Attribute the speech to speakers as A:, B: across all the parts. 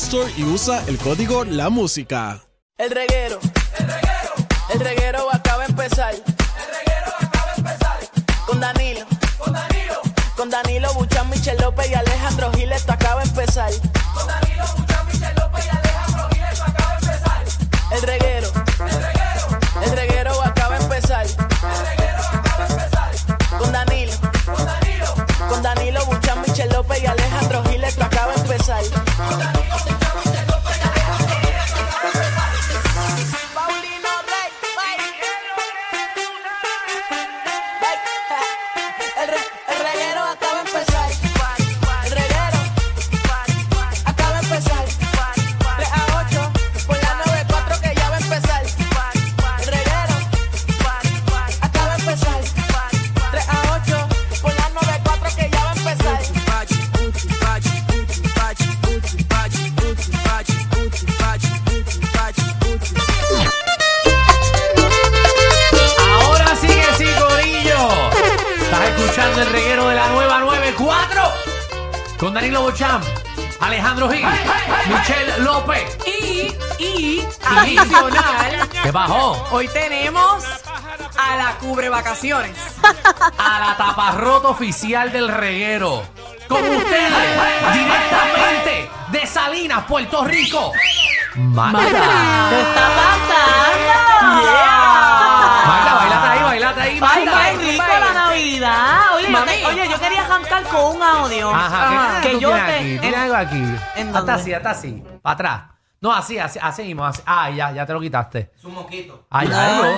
A: Store y usa el código La Música.
B: El reguero. El reguero. El reguero acaba de empezar. El reguero acaba de empezar. Con Danilo. Con Danilo. Con Danilo Buchan, Michel López y Alejandro Gil, esto acaba de empezar. Con Danilo Buchan, Michel López y Alejandro Gil, esto acaba de empezar. El reguero. El reguero. El reguero acaba de empezar. El reguero acaba de empezar. Con Danilo. Con Danilo. Con Danilo Buchan, Michel López y Alejandro Gil, esto acaba de empezar. Paulino Rey, El, re- el reguero acaba de empezar. El reguero acaba de empezar. 3 a 8 por la 94 que ya va a empezar. El reguero acaba de empezar. 3 a 8 por la 94 que ya va a empezar.
C: Ahora sí que sí, Corillo. Estás escuchando el reguero de la nueva 94 con Danilo Bocham, Alejandro Gil, Michelle López
D: Y, y,
C: y
D: adicional,
C: ¿Qué bajó?
D: hoy tenemos a la cubre vacaciones.
C: A la taparrota oficial del reguero. Con ustedes, directamente de Salinas, Puerto Rico. Magda.
D: ¿Qué está pasando?
C: Magda, bailate ahí, bailate ahí,
D: Ay,
C: Magda.
D: qué rico la
E: Navidad. Oye, yo,
D: Mami.
E: te- oye, yo quería arrancar con un audio.
C: Ajá, ¿qué-
E: que
C: tú
E: yo
C: tienes
E: te-
C: aquí?
E: en-
C: ¿Tienes algo aquí?
E: ¿en
C: Hasta
E: dónde?
C: así, hasta así. Para atrás. No, así, así, así mismo. Así. Ah, ya, ya te lo quitaste. Su moquito. Ahí algo.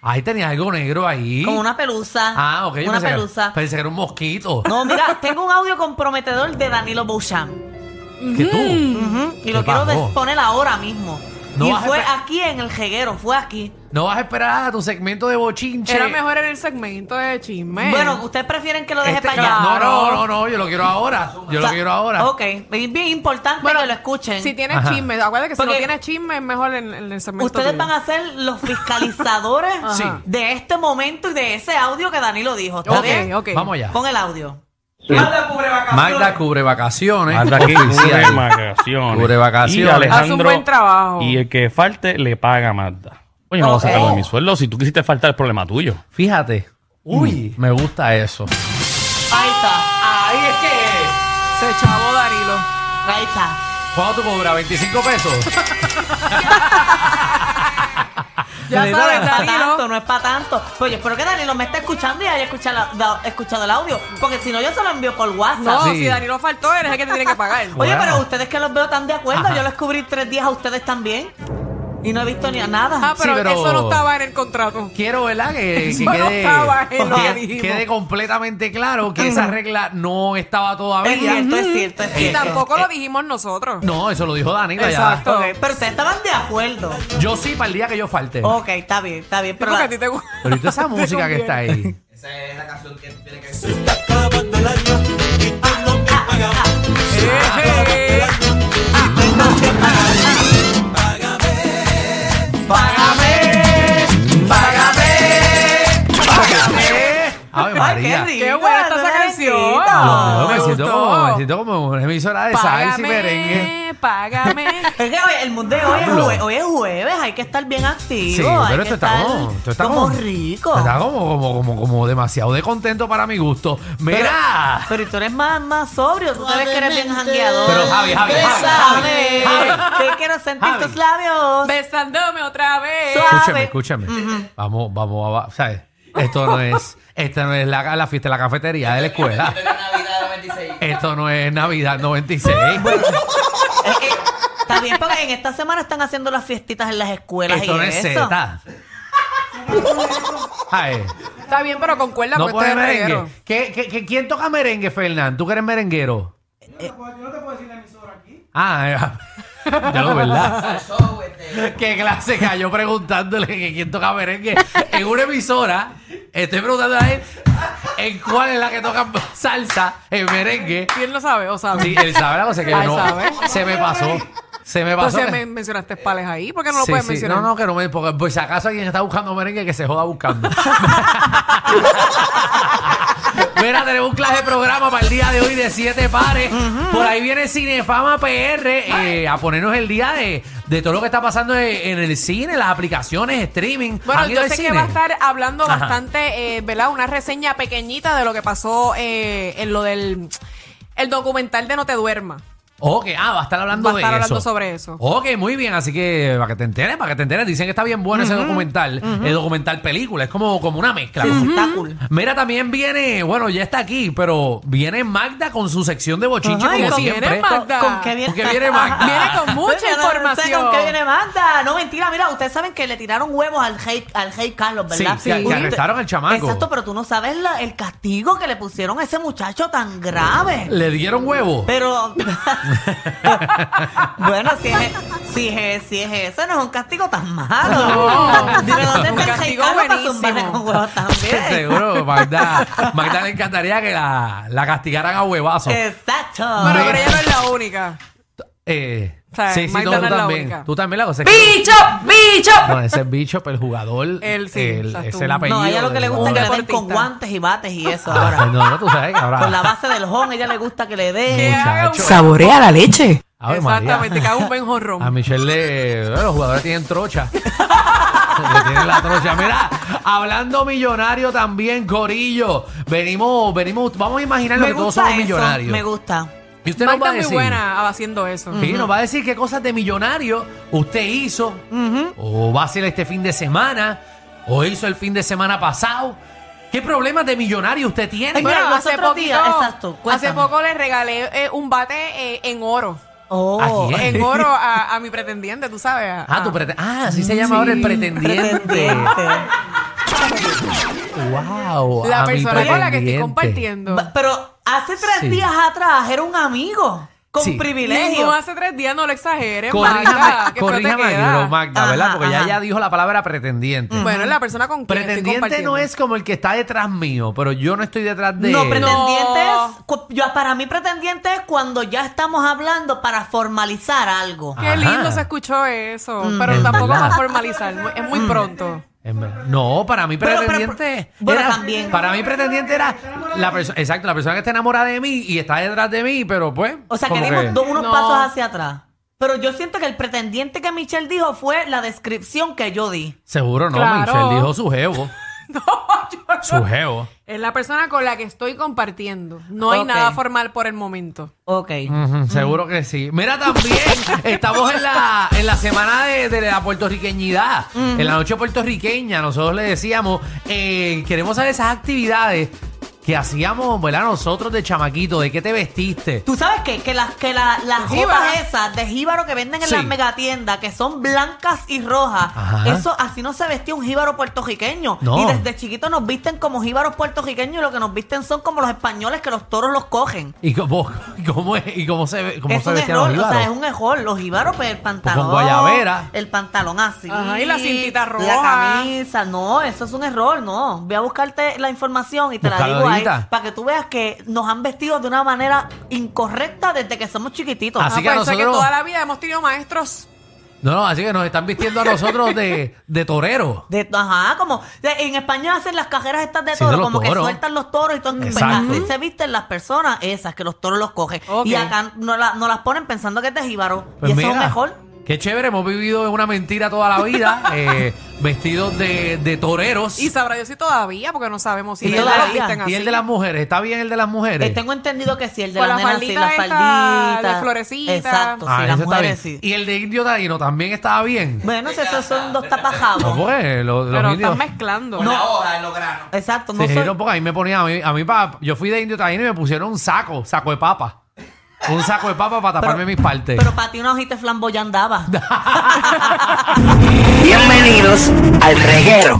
C: Ahí tenías algo negro ahí.
E: Con una pelusa.
C: Ah, ok. yo
E: Una
C: pensé que-
E: pelusa.
C: pensé que era un mosquito.
E: No, mira, tengo un audio comprometedor de Danilo Beauchamp.
C: Que tú.
E: Ujú, y lo
C: ¿Qué
E: quiero
C: pasó?
E: exponer ahora mismo.
C: No
E: y
C: vas a
E: fue
C: esper-
E: aquí en el jeguero, fue aquí.
C: No vas a esperar a tu segmento de bochinche.
F: Era mejor en el segmento de chisme.
E: Bueno, ¿ustedes prefieren que lo deje
C: Este-
E: para allá?
C: No, no, no, no. Yo lo quiero ahora. Yo
E: O
C: lo
E: sea,
C: quiero ahora.
E: Ok, es bien importante que lo escuchen.
F: si tienes
C: Ajá.
F: chisme, acuérdate que si
E: Porque-
F: no tienes chisme es mejor en, en el segmento.
E: Ustedes van a ser los fiscalizadores
C: Sí.
E: de este momento y de ese audio que Danilo dijo. ¿Está
F: Ok,
E: bien?
F: ok.
C: Vamos allá.
E: Pon el audio.
C: Magda cubre vacaciones.
G: Anda aquí
C: Oficial.
G: cubre vacaciones.
C: Cubre vacaciones.
G: Y Alejandro,
F: Hace un buen trabajo.
G: Y el que falte le paga a Magda. Oye, no voy a
E: Ok.
G: sacarlo de mi sueldo. Si tú quisiste faltar, es problema tuyo.
C: Fíjate. Uy. Me gusta eso.
E: Ahí está.
C: Ahí es que.
F: Se chavo Darilo.
E: Ahí está.
C: ¿Cuánto tú cobras? ¿25 pesos?
F: Ya
E: no
F: sabes,
E: es para
F: Danilo.
E: tanto, no es para tanto. Pues yo espero que Danilo me esté escuchando y haya escuchado, da- escuchado el audio. Porque si no, yo se lo envío por WhatsApp.
F: No,
C: Sí.
F: si Danilo faltó, eres el que te tiene que pagar.
E: Oye,
C: Bueno.
E: pero ustedes que los veo tan de acuerdo,
C: Ajá.
E: yo los cubrí tres días a ustedes también. Y no he visto ni a
F: Ah,
E: nada.
F: pero,
C: Sí, pero-
F: eso no estaba en el contrato.
C: Quiero, ¿verdad? Que, que
F: Eso no
C: quede,
F: estaba en lo
C: que-
F: mismo.
C: quede completamente claro que esa regla no estaba todavía.
E: es cierto, es cierto, es
F: Y
E: cierto.
F: Ah, tampoco lo dijimos nosotros.
C: No, eso lo dijo Danilo ya.
F: Exacto.
E: Ok, pero ustedes estaban de acuerdo.
C: Yo sí, para el día que yo falte.
E: Ok, está bien, está bien. Pero
F: Porque
E: la-
F: a ti te gusta.
C: Pero ¿y toda esa música que está ahí.
E: Ah.
C: Ave
E: Ay, qué
C: María.
E: rico.
F: Qué buena está esa
E: Danilo.
F: canción.
C: Dios mío,
F: Me
C: me, siento
F: gustó.
C: como, me siento como una emisora de salsa y merengue.
F: Págame, págame.
E: Es que hoy, el mundo de hoy es,
C: Pablo.
E: jue- hoy es jueves, hay que estar bien activo.
C: Sí,
E: hay
C: pero
E: que
C: esto está,
E: estar
C: como, esto está
E: como,
C: como-
E: rico.
C: esto Está como, como, como, como demasiado de contento para mi gusto. Mira.
E: Pero tú eres más, más sobrio, tú te ves que eres bien jangueador.
C: Pero, Javi, Javi, Javi,
E: Bésame.
C: Javi.
E: Te quiero sentir
C: Javi.
E: tus labios.
F: Besándome otra vez.
E: Suave.
C: Escúchame, escúchame. Vamos, vamos, vamos, ¿sabes? Esto no es, esta no es la, la fiesta de la cafetería de la escuela. Esto no es Navidad 96.
E: Es que Está bien, porque en esta semana están haciendo las fiestitas en las escuelas
C: Esto
E: y
C: no es
E: eso.
C: Z. Ay,
F: Está bien, pero con cuerda
C: no
F: puesta
C: pone
F: de
C: merengue.
F: reguero.
C: ¿Qué, qué, qué- quién toca merengue, Fernán? ¿Tú que eres merenguero? Yo no te puedo decir la emisora aquí. Ah, eh, ya lo verdad.
F: este.
C: Qué clase cayó preguntándole que quién toca merengue. En una emisora, estoy preguntando a él en cuál es la que toca salsa en merengue.
F: ¿Quién lo sabe o sabe?
C: Sí, él sabe, no sé qué.
F: Ah, él
C: No,
F: Ah, sabe.
C: se me pasó. Se me pasó.
F: Entonces
C: que-
F: me mencionaste pales ahí, porque no lo
C: Sí,
F: puedes
C: sí.
F: mencionar?
C: No, no, que no me. Porque, pues si acaso alguien está buscando merengue, que se joda buscando. Mira, tenemos un clase de programa para el día de hoy de siete pares. Por ahí viene Cinefama PR eh, a ponernos el día de, de todo lo que está pasando en, en el cine, las aplicaciones, streaming.
F: Bueno,
C: ¿Han ido
F: yo
C: al
F: sé que
C: cine?
F: va a estar hablando
C: Ajá.
F: bastante, eh, ¿verdad? Una reseña pequeñita de lo que pasó eh, en lo del el documental de No te duermas.
C: Ok, ah, va a estar hablando
F: Va a estar
C: de
F: hablando
C: eso.
F: sobre eso.
C: Ok, muy bien, así que para que te enteres, para que te enteres, dicen que está bien bueno ese documental, el documental película, es como, como una mezcla.
E: Sí, sí, está cool.
C: Mira, también viene, bueno, ya está aquí, pero viene Magda con su sección de bochinche
F: Ay,
C: como
F: ¿con quién
C: siempre.
F: eres, Magda?
E: ¿Con qué viene?
C: Porque viene Magda.
F: Viene con mucha
E: Oye, no, no sé
F: información.
E: ¿Con qué viene Magda? No, mentira, mira, ustedes saben que le tiraron huevos al rey, al rey Carlos, ¿verdad?
C: Sí, que- que
E: Uy,
C: arrestaron al chamaco.
E: Exacto, pero tú no sabes la- el castigo que le pusieron a ese muchacho tan grave.
C: Le dieron huevo.
E: Pero. bueno, si es, si, es, si es eso, no es un castigo tan malo.
F: No.
E: Dime dónde
F: Un
E: está el
F: castigo
E: castigo para
F: buenísimo.
E: zumbarle con huevos también.
C: Seguro, Magda, Magda le encantaría que la, la castigaran a huevazo.
F: Eh,
E: Exacto.
F: Bueno, pero
C: Mira.
F: ella no es la única.
C: Eh,
F: O sea,
C: sí, sí,
F: Magda
C: no,
F: no
C: tú
F: es la
C: también.
F: única.
C: Tú también la cosa es que-
F: ¡Bicho! ¡Bicho!
C: No, ese es bicho, pero el jugador.
F: Él sí,
C: el-
F: exacto.
C: ese es el apellido.
E: no, a ella lo que le
C: del
E: gusta es que le den
F: deportista.
E: con guantes y bates y eso
C: jugador.
E: ahora.
C: No, no, tú sabes que ahora.
E: Con la base del home, ella le gusta que le den.
C: Muchacho.
F: Saborea la leche.
C: Ave María.
F: Exactamente, que haga un buen
C: A
F: jorrón.
C: Michelle le. bueno, los jugadores tienen trocha. Le tienen la trocha. Mira, hablando millonario también, Corillo. Venimos, venimos, vamos a imaginar que todos somos
E: eso,
C: millonarios.
E: Me gusta.
C: Y usted nos va
F: Magda
C: a
F: es
C: decir.
F: muy buena haciendo eso.
C: Sí, nos va a decir qué cosas de millonario usted hizo, o va a hacer este fin de semana, o hizo el fin de semana pasado. ¿Qué problemas de millonario usted tiene?
E: Ay, mira, los otros días- exacto,
F: hace
E: cuéntame.
F: poco le regalé eh, un bate eh, en oro.
E: Oh,
C: ¿A quién?
F: En oro a, a mi pretendiente, tú sabes. a-
C: Ah, tu prete- ah, así
F: Mm,
C: se llama ahora el pretendiente.
E: pretendiente.
C: wow.
F: La
C: a mi
F: persona con la que estoy
C: pretendiente.
F: compartiendo.
E: Ba- Pero hace tres
C: Sí.
E: días atrás era un amigo con
C: Sí.
E: privilegio.
F: Ninguno hace tres días, no lo exageres, Magda.
C: Corríjame,
F: que
C: corríjame
F: feo te
C: aquí,
F: queda.
C: no, Magda, ¿verdad?
E: Ajá,
C: Porque ya
E: ajá. Mm. Pues,
C: ella dijo la palabra pretendiente.
F: Bueno, es la persona con quien estoy
C: Pretendiente no
F: compartiendo.
C: es como el que está detrás mío, pero yo no estoy detrás de
E: No,
C: él.
E: pretendientes.
F: No.
E: cu- Yo, para mí, pretendiente es cuando ya estamos hablando para formalizar algo.
C: Ah.
F: Qué lindo
C: Ajá.
F: se escuchó eso,
C: Es
F: pero tampoco
C: verdad.
F: va a formalizar, mu- es muy pronto.
C: En verdad. No, para mí
E: Pero, pero,
C: pretendiente
E: pero- bueno,
C: era-
E: también.
C: Para mí pretendiente era la persona, exacto, la persona que está enamorada de mí y está detrás de mí, pero pues.
E: O sea, que
C: como
E: dimos
C: que-
E: do- unos
F: No.
E: pasos hacia atrás. Pero yo siento que el pretendiente que Michelle dijo fue la descripción que yo di.
C: Seguro no,
F: Claro.
C: Michelle dijo su jevo. Su jevo.
F: Es la persona con la que estoy compartiendo. No hay
E: Ok.
F: nada formal por el momento.
E: Ok.
C: Ujú, Seguro que sí. Mira, también estamos en la, en la semana de, de la puertorriqueñidad. En la noche puertorriqueña, nosotros le decíamos, eh, queremos saber esas actividades que hacíamos, ¿verdad? Nosotros de chamaquito, ¿de qué te vestiste?
E: Tú sabes qué? que las que la- las
F: Jíbara.
E: jotas esas de jíbaro que venden en
C: Sí.
E: las megatiendas, que son blancas y rojas,
C: Ajá.
E: eso así no se vestía un jíbaro puertorriqueño.
C: No.
E: Y desde chiquitos nos visten como jíbaros puertorriqueños y lo que nos visten son como los españoles que los toros los cogen.
C: ¿Y cómo, y cómo, es- y cómo se, ve- cómo
E: es
C: se
E: un
C: vestían los
E: error, o sea,
C: íbaros?
E: es un error. Los jíbaros, pues el pantalón.
C: guayabera.
E: El pantalón así.
F: Ajá, y la cintita
E: La
F: roja.
E: camisa. No, eso es un error, no. Voy a buscarte la información y te
C: Búscala
E: la digo ahí.
C: ahorita.
E: Para que tú veas que nos han vestido de una manera incorrecta desde que somos chiquititos.
C: Así
F: Así
C: que
F: Ah, pues, que,
C: a nosotros-
F: que toda la vida hemos tenido maestros
C: No, no, así que nos están vistiendo a nosotros de, de torero.
E: De, ajá, como de- en España hacen las cajeras estas de
C: Sí,
E: toro,
C: de los
E: como que
C: toros.
E: sueltan los toros y todo. Pues
C: Exacto.
E: así se visten las personas esas que los toros los cogen.
F: Ok.
E: Y acá no, la- no las ponen pensando que es de jíbaro.
C: Pues
E: y eso
C: mira,
E: es mejor.
C: Qué chévere, hemos vivido en una mentira toda la vida, eh, vestidos de, de toreros.
F: Y sabrá Dios si todavía, porque no sabemos si
E: Y
F: ellos las
E: todavía,
F: visten
C: Y
F: así.
C: el de las mujeres, ¿está bien el de las mujeres?
E: Eh, tengo entendido que sí, el de
F: Con
E: las
F: la
E: nenas sí,
F: faldita
E: las
F: esta,
E: falditas.
F: la florecita.
E: Exacto,
C: Ah,
E: sí, las
C: ese está
E: mujeres
C: bien.
E: sí.
C: Y el de indio taíno también estaba bien.
E: Bueno, si esos son dos tapajabos.
C: No, pues, lo- los,
F: Pero
C: indios.
F: están mezclando.
E: No.
H: hoja, en los granos.
E: Exacto, no
C: Sí,
E: soy...
C: no, porque a mí me ponían, a mí, a mí pa- yo fui de indio taíno y me pusieron un saco, saco de papa. Un saco de papa para taparme mis partes.
E: Pero para ti una hojita flamboyandaba.
B: Bienvenidos al reguero.